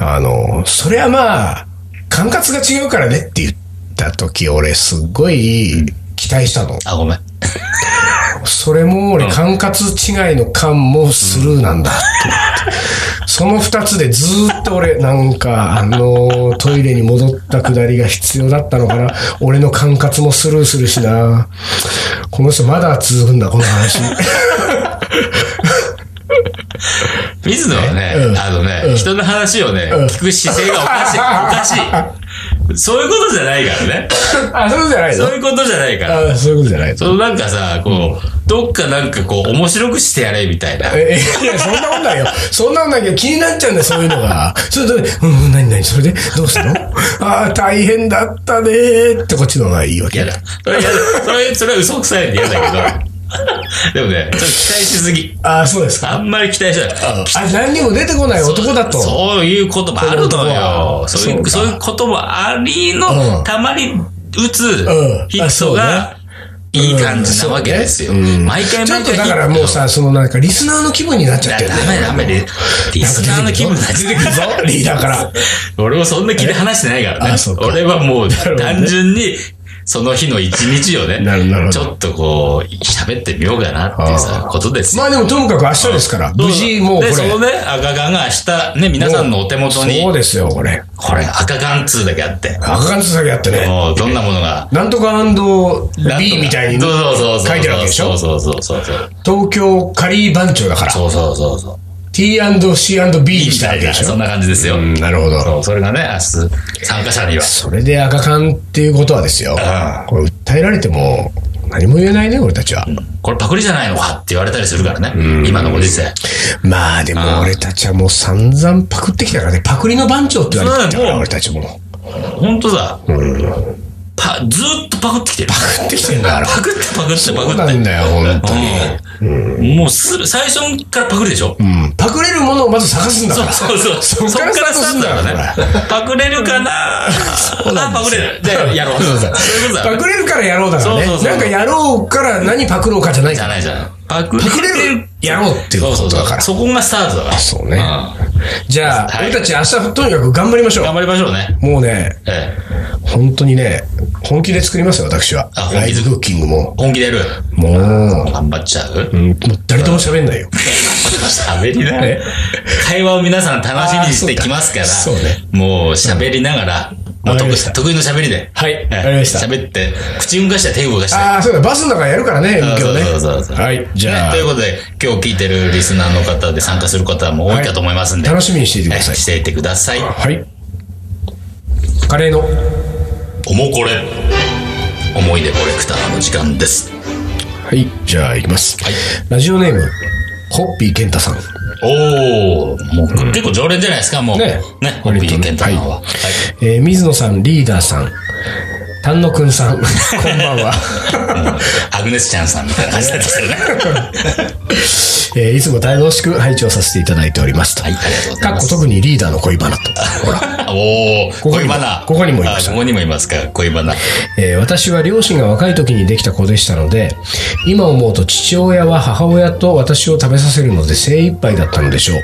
[SPEAKER 2] あの、それはまあ、管轄が違うからねって言った時、俺すっごい期待したの。
[SPEAKER 1] あ、ごめん。
[SPEAKER 2] それも俺管轄違いの缶もスルーなんだって思って。その二つでずーっと俺、なんか、あのートイレに戻ったくだりが必要だったのかな。俺の管轄もスルーするしな。この人まだ続くんだ、この話。
[SPEAKER 1] 水野はね、
[SPEAKER 2] うん
[SPEAKER 1] あのね、人の話をね、聞く姿勢がおかしい。おかしい。そういうことじゃないからね。
[SPEAKER 2] あ、そうじゃないの
[SPEAKER 1] そういうことじゃないから。
[SPEAKER 2] あそういうことじゃない
[SPEAKER 1] そ
[SPEAKER 2] の
[SPEAKER 1] のなんかさ、こう、どっかなんかこう、面白くしてやれみたいな。
[SPEAKER 2] えいや、そんなことないよ。そんなことないけど、気になっちゃうんだよ、そういうのが。それで、うんうん、何何それで、どうしたのああ、大変だったねーって、こっちの方がいいわけ
[SPEAKER 1] 嫌だ。それ嫌だ。それ、それは嘘くさいんで嫌だけど。でもね、ちょっと期待しすぎ。
[SPEAKER 2] ああ、そうですか。
[SPEAKER 1] あんまり期待しない。
[SPEAKER 2] あ、何にも出てこない男だと。
[SPEAKER 1] そういうこともあるのよ。
[SPEAKER 2] そう
[SPEAKER 1] そういう、
[SPEAKER 2] そう
[SPEAKER 1] そう
[SPEAKER 2] か
[SPEAKER 1] いうこともあり
[SPEAKER 2] う
[SPEAKER 1] の、
[SPEAKER 2] ん
[SPEAKER 1] たまに打つヒ
[SPEAKER 2] うんあ
[SPEAKER 1] ッ
[SPEAKER 2] そ
[SPEAKER 1] ト
[SPEAKER 2] うね
[SPEAKER 1] が、いい感じなわけですよ。毎回
[SPEAKER 2] ちょっ
[SPEAKER 1] 毎
[SPEAKER 2] と
[SPEAKER 1] 回。
[SPEAKER 2] だからもう、さ、そのなんか、リスナーの気分になっちゃって
[SPEAKER 1] ダメ
[SPEAKER 2] るんだよ。
[SPEAKER 1] ダメで、リスナーの気分になっち
[SPEAKER 2] 出
[SPEAKER 1] ゃ
[SPEAKER 2] てく
[SPEAKER 1] う
[SPEAKER 2] るぞ、リーダーから。
[SPEAKER 1] 俺もそんな気で話してないから
[SPEAKER 2] え
[SPEAKER 1] ね
[SPEAKER 2] あそう。か
[SPEAKER 1] 俺はもう
[SPEAKER 2] ほどね
[SPEAKER 1] 単純に、その日の一日をね
[SPEAKER 2] なるほどなる、ほ
[SPEAKER 1] ち
[SPEAKER 2] ど
[SPEAKER 1] ょっとこう、喋ってみようかなっていうさ、ことですよ
[SPEAKER 2] まあでも、ともかく明日ですから、無事もうこ
[SPEAKER 1] で、その
[SPEAKER 2] れ。
[SPEAKER 1] ね、赤缶が明日、ね、皆さんのお手元に
[SPEAKER 2] そう、ですよ、これ。
[SPEAKER 1] これ赤缶2だけあって、
[SPEAKER 2] 赤缶つ詐欺あってね。
[SPEAKER 1] もうどんなものが、
[SPEAKER 2] なんとか &B みたいに
[SPEAKER 1] そうそうそうそう
[SPEAKER 2] 書いてるわけでしょ
[SPEAKER 1] そうそうそうそう。
[SPEAKER 2] 東京カリー番長だから、
[SPEAKER 1] そうそうそうそう。
[SPEAKER 2] T&C&B に
[SPEAKER 1] み
[SPEAKER 2] した
[SPEAKER 1] た
[SPEAKER 2] わ
[SPEAKER 1] い
[SPEAKER 2] けで
[SPEAKER 1] な、
[SPEAKER 2] し
[SPEAKER 1] そ
[SPEAKER 2] ょ
[SPEAKER 1] ん。な感じですよ。
[SPEAKER 2] うん、なるほど。
[SPEAKER 1] そう、それがね、明日、参加者には。
[SPEAKER 2] それで赤缶っていうことはですよ。これ訴えられても何も言えないね、俺たちは。
[SPEAKER 1] これパクリじゃないのかって言われたりするからね。今のご時世。
[SPEAKER 2] まあでも俺たちはもう散々パクってきたからね。パクリの番長って言われてきたか
[SPEAKER 1] そうだ
[SPEAKER 2] ら、
[SPEAKER 1] よ
[SPEAKER 2] 俺たちも。
[SPEAKER 1] ほんとさ、パ、ずーっとパクってきてる。
[SPEAKER 2] パクってきてんだから。
[SPEAKER 1] パクってパクってパク
[SPEAKER 2] そう
[SPEAKER 1] っ
[SPEAKER 2] なん
[SPEAKER 1] て。
[SPEAKER 2] だよ、本当に。
[SPEAKER 1] うんもうする、最初からパクリでしょ
[SPEAKER 2] うんパクれるものをまず探すんだ
[SPEAKER 1] そ
[SPEAKER 2] か
[SPEAKER 1] う
[SPEAKER 2] ら。
[SPEAKER 1] そうそう。
[SPEAKER 2] そっからスタートするんだから
[SPEAKER 1] そっからスタートだからね。パクれるかなあ、パクれる。じゃあやろう。そういうことだ
[SPEAKER 2] パクれるからやろうだからね。
[SPEAKER 1] そうそうそう
[SPEAKER 2] なんかやろうから何パクろうかじゃない
[SPEAKER 1] じ
[SPEAKER 2] か
[SPEAKER 1] ゃ
[SPEAKER 2] ら。
[SPEAKER 1] ないじゃない。パク
[SPEAKER 2] パクれるやろうっていう
[SPEAKER 1] そ
[SPEAKER 2] こ
[SPEAKER 1] うそ
[SPEAKER 2] と
[SPEAKER 1] うそ
[SPEAKER 2] だ
[SPEAKER 1] う
[SPEAKER 2] から。
[SPEAKER 1] そこがスタートだから。
[SPEAKER 2] そうね
[SPEAKER 1] ん
[SPEAKER 2] じゃあ、
[SPEAKER 1] はい
[SPEAKER 2] 俺たち明日とにかく頑張りましょ
[SPEAKER 1] 頑張りましょうね。
[SPEAKER 2] う。もうね、
[SPEAKER 1] ええ
[SPEAKER 2] 本当にね、本気で作りますよ、私は
[SPEAKER 1] あ。本気で
[SPEAKER 2] ライブブッキングも。
[SPEAKER 1] 本気出る。
[SPEAKER 2] もう、
[SPEAKER 1] 頑張っちゃう
[SPEAKER 2] うんもう誰とも喋んないよ。
[SPEAKER 1] 喋りながら
[SPEAKER 2] ね
[SPEAKER 1] 会話を皆さん楽しみにしてきますから、
[SPEAKER 2] あーそうかそうね
[SPEAKER 1] もう喋りながら、もう
[SPEAKER 2] わかり
[SPEAKER 1] 得
[SPEAKER 2] ました
[SPEAKER 1] 得意の喋りで。
[SPEAKER 2] はい
[SPEAKER 1] ええ
[SPEAKER 2] わかりました
[SPEAKER 1] 喋って、口動かしたり手動かしたり。
[SPEAKER 2] ああ、そうだ、バスの中やるからね、今日ね。
[SPEAKER 1] そうそうそうそう
[SPEAKER 2] はい、じゃ
[SPEAKER 1] ね
[SPEAKER 2] あ
[SPEAKER 1] とい、うことで、今日聞いてるリスナーの方で参加する方も多いかと思いますんで、
[SPEAKER 2] 楽しみにしていてく
[SPEAKER 1] え
[SPEAKER 2] ださい。
[SPEAKER 1] していてください。
[SPEAKER 2] はい。カレーの、は
[SPEAKER 1] おもこれ。思い出コレクターの時間です。
[SPEAKER 2] い、じゃあ、いきます。
[SPEAKER 1] はい。
[SPEAKER 2] ラジオネーム、ホッピー健太さん。
[SPEAKER 1] おお、もう結構常連じゃないですか、もう。
[SPEAKER 2] ね
[SPEAKER 1] ね。ホッピー健太さんは。
[SPEAKER 2] 割
[SPEAKER 1] はい
[SPEAKER 2] えー水野さん、リーダーさん、丹野くん さん、こんばんは。
[SPEAKER 1] アグネスちゃんさんみたいな感じになってきてるね。
[SPEAKER 2] えーいつも楽しく拝聴させていただいておりますと。
[SPEAKER 1] はい、ありがとうござい
[SPEAKER 2] か
[SPEAKER 1] ま
[SPEAKER 2] っこ
[SPEAKER 1] す。
[SPEAKER 2] 特にリーダーの恋バナと。ほら。
[SPEAKER 1] おお
[SPEAKER 2] ここに
[SPEAKER 1] 恋
[SPEAKER 2] も
[SPEAKER 1] バナ。
[SPEAKER 2] ここにもいました
[SPEAKER 1] あここにもいますか、恋バナ。
[SPEAKER 2] えー私は両親が若い時にできた子でしたので今思うと父親は母親と私を食べさせるので精一杯だったのでしょう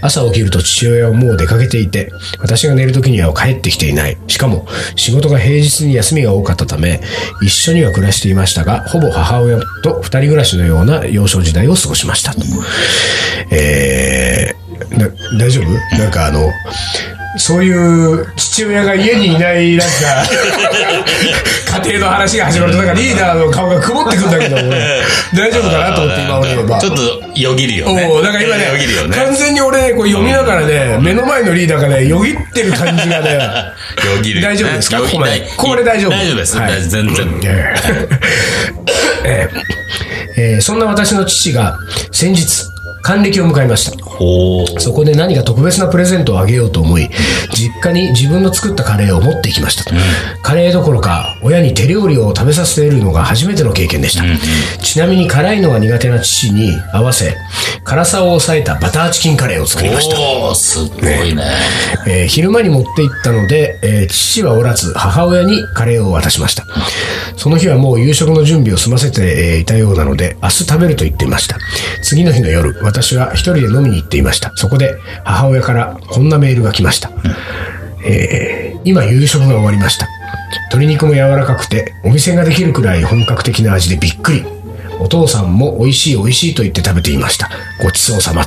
[SPEAKER 2] 朝起きると父親はもう出かけていて私が寝る時には帰ってきていないしかも仕事が平日に休みが多かったため一緒には暮らしていましたがほぼ母親と二人暮らしのような幼少時代を過ごしましたとえーな大丈夫なんかあのそういう父親が家にいない なんか家庭の話が始まるとなんかリーダーの顔が曇ってくんだけど俺大丈夫かなと思って今俺は
[SPEAKER 1] ちょっとよぎるよね。
[SPEAKER 2] おおなんか今
[SPEAKER 1] よぎるよ
[SPEAKER 2] ね
[SPEAKER 1] ね。
[SPEAKER 2] 完全に俺ねこう読みながらね目の前のリーダーがねよぎってる感じが ね
[SPEAKER 1] よぎる。
[SPEAKER 2] 大丈夫ですか
[SPEAKER 1] よ
[SPEAKER 2] こ
[SPEAKER 1] ぎ
[SPEAKER 2] こまで
[SPEAKER 1] 大
[SPEAKER 2] これ大丈夫
[SPEAKER 1] 大丈夫です。
[SPEAKER 2] はい
[SPEAKER 1] 大丈夫全然。
[SPEAKER 2] えーえーそんな私の父が先日還暦を迎えました
[SPEAKER 1] おお。
[SPEAKER 2] そこで何か特別なプレゼントをあげようと思い、実家に自分の作ったカレーを持っていきましたと。カレーどころか、親に手料理を食べさせるのが初めての経験でした。ちなみに辛いのが苦手な父に合わせ、辛さを抑えたバターチキンカレーを作りました。
[SPEAKER 1] おおすごいね。
[SPEAKER 2] えー昼間に持って行ったので、えー父はおらず、母親にカレーを渡しました。その日はもう夕食の準備を済ませて、えーいたようなので、明日食べると言っていました。次の日の夜、私は一人で飲みに行っていました。そこで、母親からこんなメールが来ました。えー今夕食が終わりました。鶏肉も柔らかくて、お店ができるくらい本格的な味でびっくり。お父さんも美味しい美味しいと言って食べていました。ごちそうさま。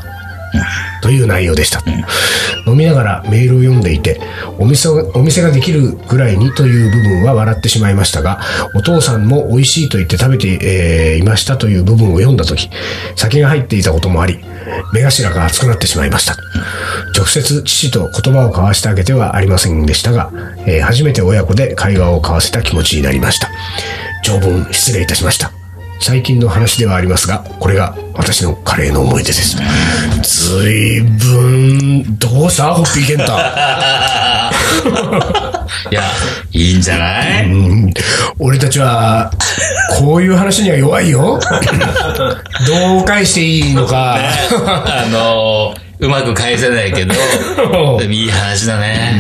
[SPEAKER 2] という内容でした、飲みながらメールを読んでいてお店をお店ができるぐらいにという部分は笑ってしまいましたがお父さんも美味しいと言って食べて、えーいましたという部分を読んだ時酒が入っていたこともあり目頭が熱くなってしまいました直接父と言葉を交わしてあげてはありませんでしたが、えー初めて親子で会話を交わせた気持ちになりました長文失礼いたしました最近の話ではありますが、これが私のカレーの思い出です。ずいぶん、どうしたホッピーケンタ。
[SPEAKER 1] いや、いいんじゃない、
[SPEAKER 2] うん俺たちは、こういう話には弱いよ。どう返していいのか。
[SPEAKER 1] あのー、うまく返せない けど、でもいい話だね。う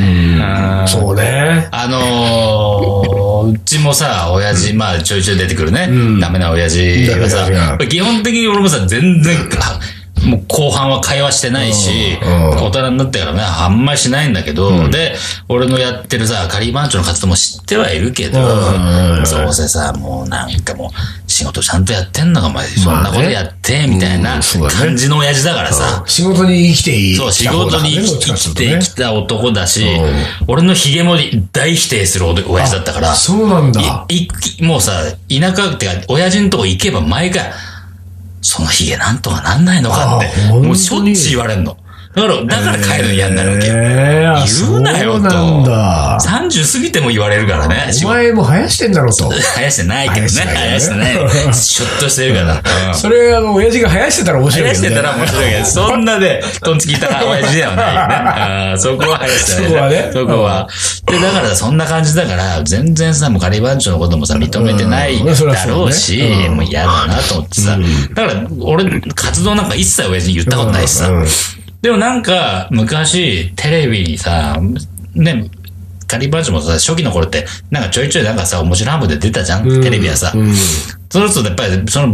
[SPEAKER 1] ん
[SPEAKER 2] そうね。
[SPEAKER 1] あのー、うちもさ、親父、まあ、ちょいちょい出てくるね。ダメな親父が
[SPEAKER 2] ダメだダメ
[SPEAKER 1] さ
[SPEAKER 2] だ、
[SPEAKER 1] 基本的に俺もさ、全然、あもう後半は会話してないし、
[SPEAKER 2] うん
[SPEAKER 1] 大人になってからね、あんまりしないんだけど、で、俺のやってるさ、カリーマンチョの活動も知ってはいるけど、
[SPEAKER 2] うん
[SPEAKER 1] そうせさ、もうなんかもう、仕事ちゃんとやってんのか、お前、そんなことやって、みたい
[SPEAKER 2] うん
[SPEAKER 1] な
[SPEAKER 2] そうだね
[SPEAKER 1] 感じの親父だからさ、
[SPEAKER 2] 仕事に生きていい。
[SPEAKER 1] そう、仕事に生き生きてきた男だし、俺のヒゲも大否定する親父だったから、
[SPEAKER 2] そうなんだ。
[SPEAKER 1] いいもうさ、田舎ってか、親父のとこ行けば毎回、そのヒゲなんとかなんないのかって
[SPEAKER 2] あ、本当に
[SPEAKER 1] もうしょっちゅう言われんの。だから、だから帰るの嫌になるわけ。
[SPEAKER 2] えーあ
[SPEAKER 1] 言うなよ
[SPEAKER 2] そう
[SPEAKER 1] と。
[SPEAKER 2] なんだ。
[SPEAKER 1] 30過ぎても言われるからね、仕
[SPEAKER 2] お
[SPEAKER 1] 事。
[SPEAKER 2] 前も生やしてんだろうと。
[SPEAKER 1] 生やしてないけどね。
[SPEAKER 2] 生
[SPEAKER 1] 生
[SPEAKER 2] や
[SPEAKER 1] や
[SPEAKER 2] し
[SPEAKER 1] してて
[SPEAKER 2] な
[SPEAKER 1] ないい
[SPEAKER 2] けどね。
[SPEAKER 1] シュッとしてるから。うん
[SPEAKER 2] それ、あの、親父が生やしてたら面白いよ
[SPEAKER 1] 生や
[SPEAKER 2] ね。
[SPEAKER 1] してたら面白いけど、 そんなね、トンチキいたら親父ではないよね。あーそこは生やしてない。
[SPEAKER 2] そこはね
[SPEAKER 1] そこは。で、だからそんな感じだから、全然さ、もうカリバンチョのこともさ、認めてない
[SPEAKER 2] うんまあそりゃ
[SPEAKER 1] だ
[SPEAKER 2] そうね
[SPEAKER 1] ろうし
[SPEAKER 2] う、ん
[SPEAKER 1] もう嫌だなと思ってさ。だから、俺、活動なんか一切親父に言ったことないしさ
[SPEAKER 2] うんうん。
[SPEAKER 1] でもなんか、昔、テレビにさ、ね、カリバンチョもさ、初期の頃って、なんかちょいちょいなんかさ、面白いハムで出たじゃん、テレビはさ。
[SPEAKER 2] うん。
[SPEAKER 1] その人やっぱり、その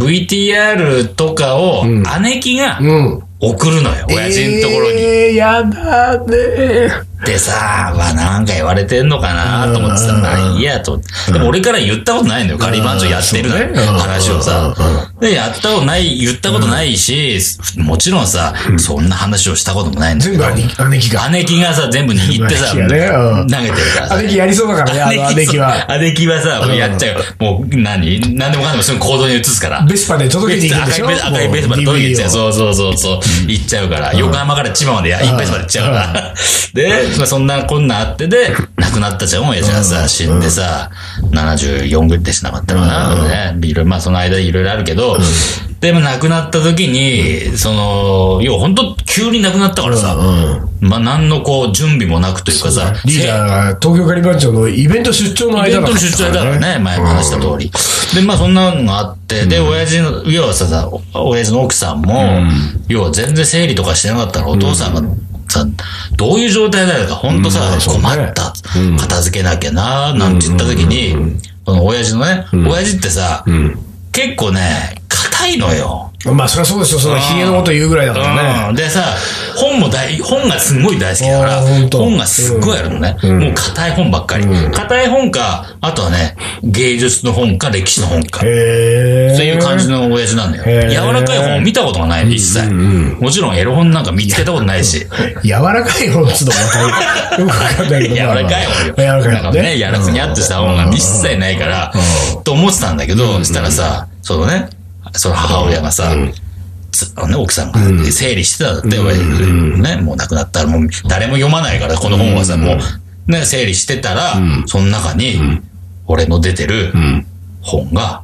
[SPEAKER 1] VTR とかを、姉貴が、
[SPEAKER 2] うん。
[SPEAKER 1] 送るのよ、親父のところに。
[SPEAKER 2] えー、やだね。
[SPEAKER 1] でさ、わ、なんか言われてんのかなと思ってさ、
[SPEAKER 2] うん
[SPEAKER 1] まあいいやと思って。でも俺から言ったことないのよ、仮番長やってる
[SPEAKER 2] そう
[SPEAKER 1] な
[SPEAKER 2] ね
[SPEAKER 1] んて話をさ。で、やったことない、言ったことないし、もちろんさ、そんな話をしたこともないんだけ
[SPEAKER 2] 全
[SPEAKER 1] ど
[SPEAKER 2] 部、姉貴姉貴が。
[SPEAKER 1] 姉貴がさ、全部握ってさ、投
[SPEAKER 2] 姉貴
[SPEAKER 1] げてる
[SPEAKER 2] がねうん
[SPEAKER 1] からさ。
[SPEAKER 2] 姉貴やりそうだからね、あの姉貴は。
[SPEAKER 1] は。姉貴はさ、やっちゃう。もう、何何でもかんでもすぐ行動に移すから。
[SPEAKER 2] ベスパで届けていくんでしょ
[SPEAKER 1] 赤いベ赤いベースまで届けちゃう。そうそうそうそう。行っちゃうから。横浜から千葉まで、いっぱいまで行っちゃうから。で、まあそんなこんなあってで、亡くなったじゃん、親父がさ、死んでさ、74ぐらいでしなかったかな。ね。いろいろ、まあその間いろいろあるけど、でも亡くなった時に、その、要は本当急に亡くなったからさ、
[SPEAKER 2] う
[SPEAKER 1] まあ何のこう準備もなくというかさ、
[SPEAKER 2] リーダーが東京カリバン長のイベント出張の
[SPEAKER 1] イベ
[SPEAKER 2] 間
[SPEAKER 1] ン
[SPEAKER 2] だ
[SPEAKER 1] トの出張だからね、前も話した通り。で、まあそんなのがあって、で、親父の、要はさ、さ親父の奥さんも、要は全然整理とかしてなかったから、お父さんが、さどういう状態だよか、ほんとさ、
[SPEAKER 2] そうね
[SPEAKER 1] 困った、片付けなきゃな、なんて言った時に、その親父のね、親父ってさ、結構ね、硬いのよ。
[SPEAKER 2] まあ、そりゃそうですよ。そのヒゲのこと言うぐらいだからね。
[SPEAKER 1] うん、でさ、本も大、本がすんごい大好きだか
[SPEAKER 2] あーほん
[SPEAKER 1] ら、
[SPEAKER 2] と
[SPEAKER 1] 本がすっごいあるのね。もう硬い本ばっかり。硬い本か、あとはね、芸術の本か歴史の本か。っ
[SPEAKER 2] へえ。
[SPEAKER 1] ていう感じの親父なんだ
[SPEAKER 2] へ
[SPEAKER 1] よ。
[SPEAKER 2] ー
[SPEAKER 1] 柔らかい本を見たことがない、一切。もちろんエロ本なんか見つけたことないし。
[SPEAKER 2] 柔らかい本っつうのもまたよくわかんないけど。
[SPEAKER 1] 柔らかい本よ。
[SPEAKER 2] 柔らかい
[SPEAKER 1] な
[SPEAKER 2] 本
[SPEAKER 1] んかね、
[SPEAKER 2] ね。
[SPEAKER 1] やらずにゃっとした本が一切ないから、と思ってたんだけど、したらさ、そのね、その母親がさ、つあのね、奥さんが整理してたんだって、俺ね、もう亡くなったら、もう誰も読まないから、この本はさ、もう、ね、整理してたら、その中に、俺の出てる本があ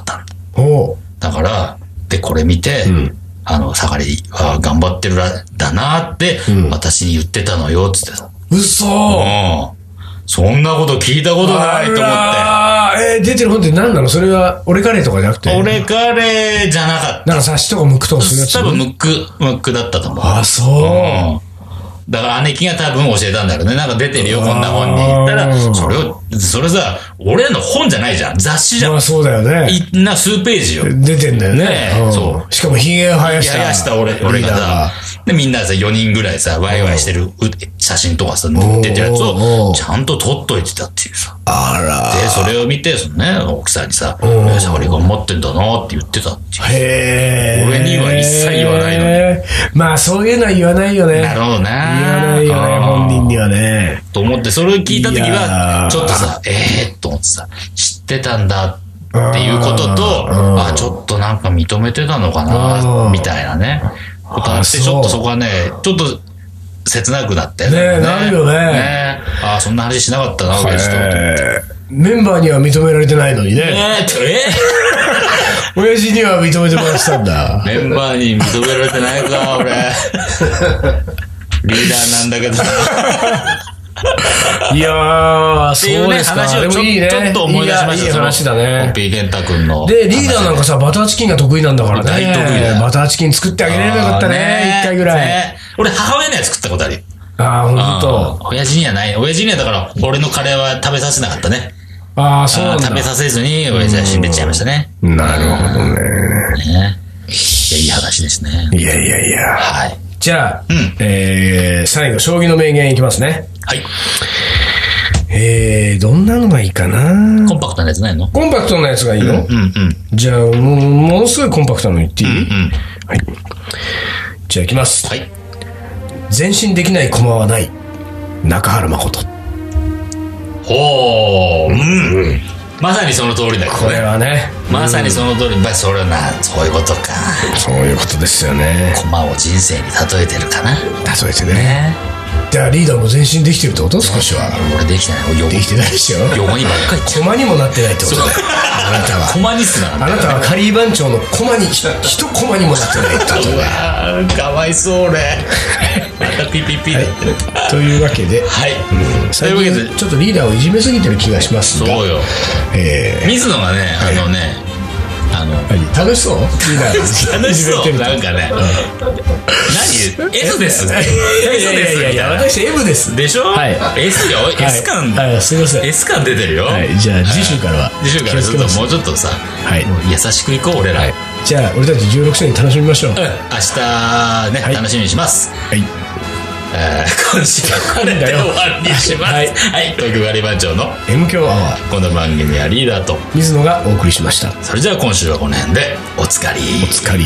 [SPEAKER 1] ったの。
[SPEAKER 2] ほ
[SPEAKER 1] だから、で、これ見て、あの、下がりは頑張ってるら、だなって、私に言ってたのよ、つってさ。
[SPEAKER 2] う。嘘
[SPEAKER 1] うん。そんなこと聞いたことないと思っ
[SPEAKER 2] あらーえー出てる本って何なのそれは、俺カレーとかじゃなくて。
[SPEAKER 1] て。俺カレーじゃなかっ
[SPEAKER 2] なんか冊子とか剥くとかするやつ
[SPEAKER 1] た。多。分ムック、ムックだったと思う。
[SPEAKER 2] あ、そう。
[SPEAKER 1] うん。だから姉貴が多分教えたんだろうね。なんか出てるよ、こんな本に。
[SPEAKER 2] あー
[SPEAKER 1] 言ったら、それを、それさ、俺らの本じゃないじゃん。雑誌じゃん
[SPEAKER 2] まあ、。そうだよね。
[SPEAKER 1] いんな数ページよ。
[SPEAKER 2] 出てんだよね
[SPEAKER 1] ね。
[SPEAKER 2] うん
[SPEAKER 1] そ
[SPEAKER 2] しかもヒゲを生やした。
[SPEAKER 1] ややした俺、俺が
[SPEAKER 2] リーダー
[SPEAKER 1] さ、で、みんなさ、4人ぐらいさ、ワイワイしてるう写真とかさ、出てるやつ
[SPEAKER 2] おーお
[SPEAKER 1] を、
[SPEAKER 2] ー
[SPEAKER 1] ちゃんと撮っといてたっていうさ。
[SPEAKER 2] あ
[SPEAKER 1] で、それを見て、そのね、奥さんにさ、
[SPEAKER 2] ん
[SPEAKER 1] いや、触り頑張ってんだなって言ってたっていう
[SPEAKER 2] ら。へえ。
[SPEAKER 1] 俺には一切言わないの
[SPEAKER 2] に。まあ、そういうのは言わないよね。
[SPEAKER 1] なるほどな
[SPEAKER 2] 言わないよね、本人にはね。
[SPEAKER 1] と思って、それを聞いた時
[SPEAKER 2] いや
[SPEAKER 1] は
[SPEAKER 2] ー、
[SPEAKER 1] ちょっとさ、ええー、と思ってさ、知ってたんだっていうことと、
[SPEAKER 2] うん
[SPEAKER 1] あ、ちょっとなんか認めてたのか
[SPEAKER 2] う
[SPEAKER 1] な、
[SPEAKER 2] ん
[SPEAKER 1] みたいなね、ことあ
[SPEAKER 2] あ
[SPEAKER 1] っ
[SPEAKER 2] そ
[SPEAKER 1] て、
[SPEAKER 2] う
[SPEAKER 1] ちょっとそこはね、ちょっと、切なくなっ
[SPEAKER 2] ね
[SPEAKER 1] て
[SPEAKER 2] えなるよね
[SPEAKER 1] あそんな話しなかったな、俺ちょっと。ね
[SPEAKER 2] えーメンバーには認められてないのにね。
[SPEAKER 1] えと、え
[SPEAKER 2] 親父には認めてもらってたんだ。
[SPEAKER 1] メンバーに認められてないか、 俺。リーダーなんだけど。
[SPEAKER 2] いやー、
[SPEAKER 1] っていう
[SPEAKER 2] そう
[SPEAKER 1] ね、
[SPEAKER 2] ですか。
[SPEAKER 1] 話を
[SPEAKER 2] で
[SPEAKER 1] ち
[SPEAKER 2] も
[SPEAKER 1] ょ
[SPEAKER 2] いいね
[SPEAKER 1] ちょっと思い出しました
[SPEAKER 2] いやいい話だ
[SPEAKER 1] コン
[SPEAKER 2] ね。
[SPEAKER 1] ピー健太君の。
[SPEAKER 2] で、リーダーなんかさ、バターチキンが得意なんだからね。
[SPEAKER 1] 大得意だよ
[SPEAKER 2] バターチキン作ってあげればよかったね。一回ぐらい。
[SPEAKER 1] ね俺、母親には作ったことあるよ。
[SPEAKER 2] ああ、ほんと。
[SPEAKER 1] うん親父にはない。親父にはだから、俺のカレーは食べさせなかったね。
[SPEAKER 2] ああ、そう
[SPEAKER 1] あ
[SPEAKER 2] なん
[SPEAKER 1] ー
[SPEAKER 2] だ
[SPEAKER 1] 食。べさせずに、親父は死んでっちゃいましたね。
[SPEAKER 2] なるほどね。
[SPEAKER 1] ねいやいい話ですね。
[SPEAKER 2] いやいやいや。
[SPEAKER 1] はい。
[SPEAKER 2] じゃあ
[SPEAKER 1] ん、
[SPEAKER 2] えー最後、将棋の名言いきますね。
[SPEAKER 1] はい。
[SPEAKER 2] えーどんなのがいいかな
[SPEAKER 1] コンパクトなやつないの
[SPEAKER 2] コンパクトなやつがいいの
[SPEAKER 1] うんうん。
[SPEAKER 2] じゃあ、もうものすごいコンパクトなの言っていい、
[SPEAKER 1] うん。
[SPEAKER 2] はい。じゃあ、いきます。
[SPEAKER 1] はい。
[SPEAKER 2] 前進できない駒はない。中原誠。
[SPEAKER 1] ほー。うん。まさにその通りだけ
[SPEAKER 2] こ
[SPEAKER 1] ど
[SPEAKER 2] れ
[SPEAKER 1] ね。
[SPEAKER 2] はね、
[SPEAKER 1] まさにその通り。まあ、それはな、そういうことか。
[SPEAKER 2] そういうことですよね。
[SPEAKER 1] 駒を人生に例えてるかな。
[SPEAKER 2] 例えてね。
[SPEAKER 1] ね
[SPEAKER 2] じゃあ、リーダーも前進できてるってこと少しは。
[SPEAKER 1] 俺できてない。俺
[SPEAKER 2] できてないでしょ
[SPEAKER 1] 横にばっかり行っちゃう。
[SPEAKER 2] 駒にもなってないってことだよ。あなたは。
[SPEAKER 1] 駒にすな。
[SPEAKER 2] あなたはカリー番長の駒に、 ひ一駒にもなってないってこと
[SPEAKER 1] う
[SPEAKER 2] だよ。
[SPEAKER 1] わーかわいそう俺またピピピって
[SPEAKER 2] というわけで、
[SPEAKER 1] はい、とい
[SPEAKER 2] 最
[SPEAKER 1] うわけで
[SPEAKER 2] 近ちょっとリーダーをいじめすぎてる気がします
[SPEAKER 1] そ
[SPEAKER 2] が、
[SPEAKER 1] うよ
[SPEAKER 2] え
[SPEAKER 1] 水野がねあのねあの
[SPEAKER 2] ー何楽しそうリーダーを
[SPEAKER 1] 楽し
[SPEAKER 2] い
[SPEAKER 1] そ
[SPEAKER 2] じめて
[SPEAKER 1] う
[SPEAKER 2] る
[SPEAKER 1] なんかね何 S です S
[SPEAKER 2] いやいや
[SPEAKER 1] で
[SPEAKER 2] い
[SPEAKER 1] す
[SPEAKER 2] や
[SPEAKER 1] み
[SPEAKER 2] いや、
[SPEAKER 1] たい
[SPEAKER 2] 私 M です。
[SPEAKER 1] なでしょ
[SPEAKER 2] はい
[SPEAKER 1] S よ S 感
[SPEAKER 2] はい、はいすいません。
[SPEAKER 1] S 感出てるよ
[SPEAKER 2] はい、じゃあ次週からは。
[SPEAKER 1] 次週からちょっともう
[SPEAKER 2] う。
[SPEAKER 1] ちょっとさ
[SPEAKER 2] はい。
[SPEAKER 1] 優しくいこう俺ら
[SPEAKER 2] はい。じゃあ、俺たち16歳に楽しみましょう。
[SPEAKER 1] うん明日ね
[SPEAKER 2] い
[SPEAKER 1] 楽しみにします
[SPEAKER 2] はい。
[SPEAKER 1] えー今週はこれで終わりにします
[SPEAKER 2] はい
[SPEAKER 1] はい東京ガリバン長の
[SPEAKER 2] M 強アワー、
[SPEAKER 1] この番組はリーダーと
[SPEAKER 2] 水野がお送りしました。
[SPEAKER 1] それじゃあ今週はこの辺でおつかり
[SPEAKER 2] お疲れ。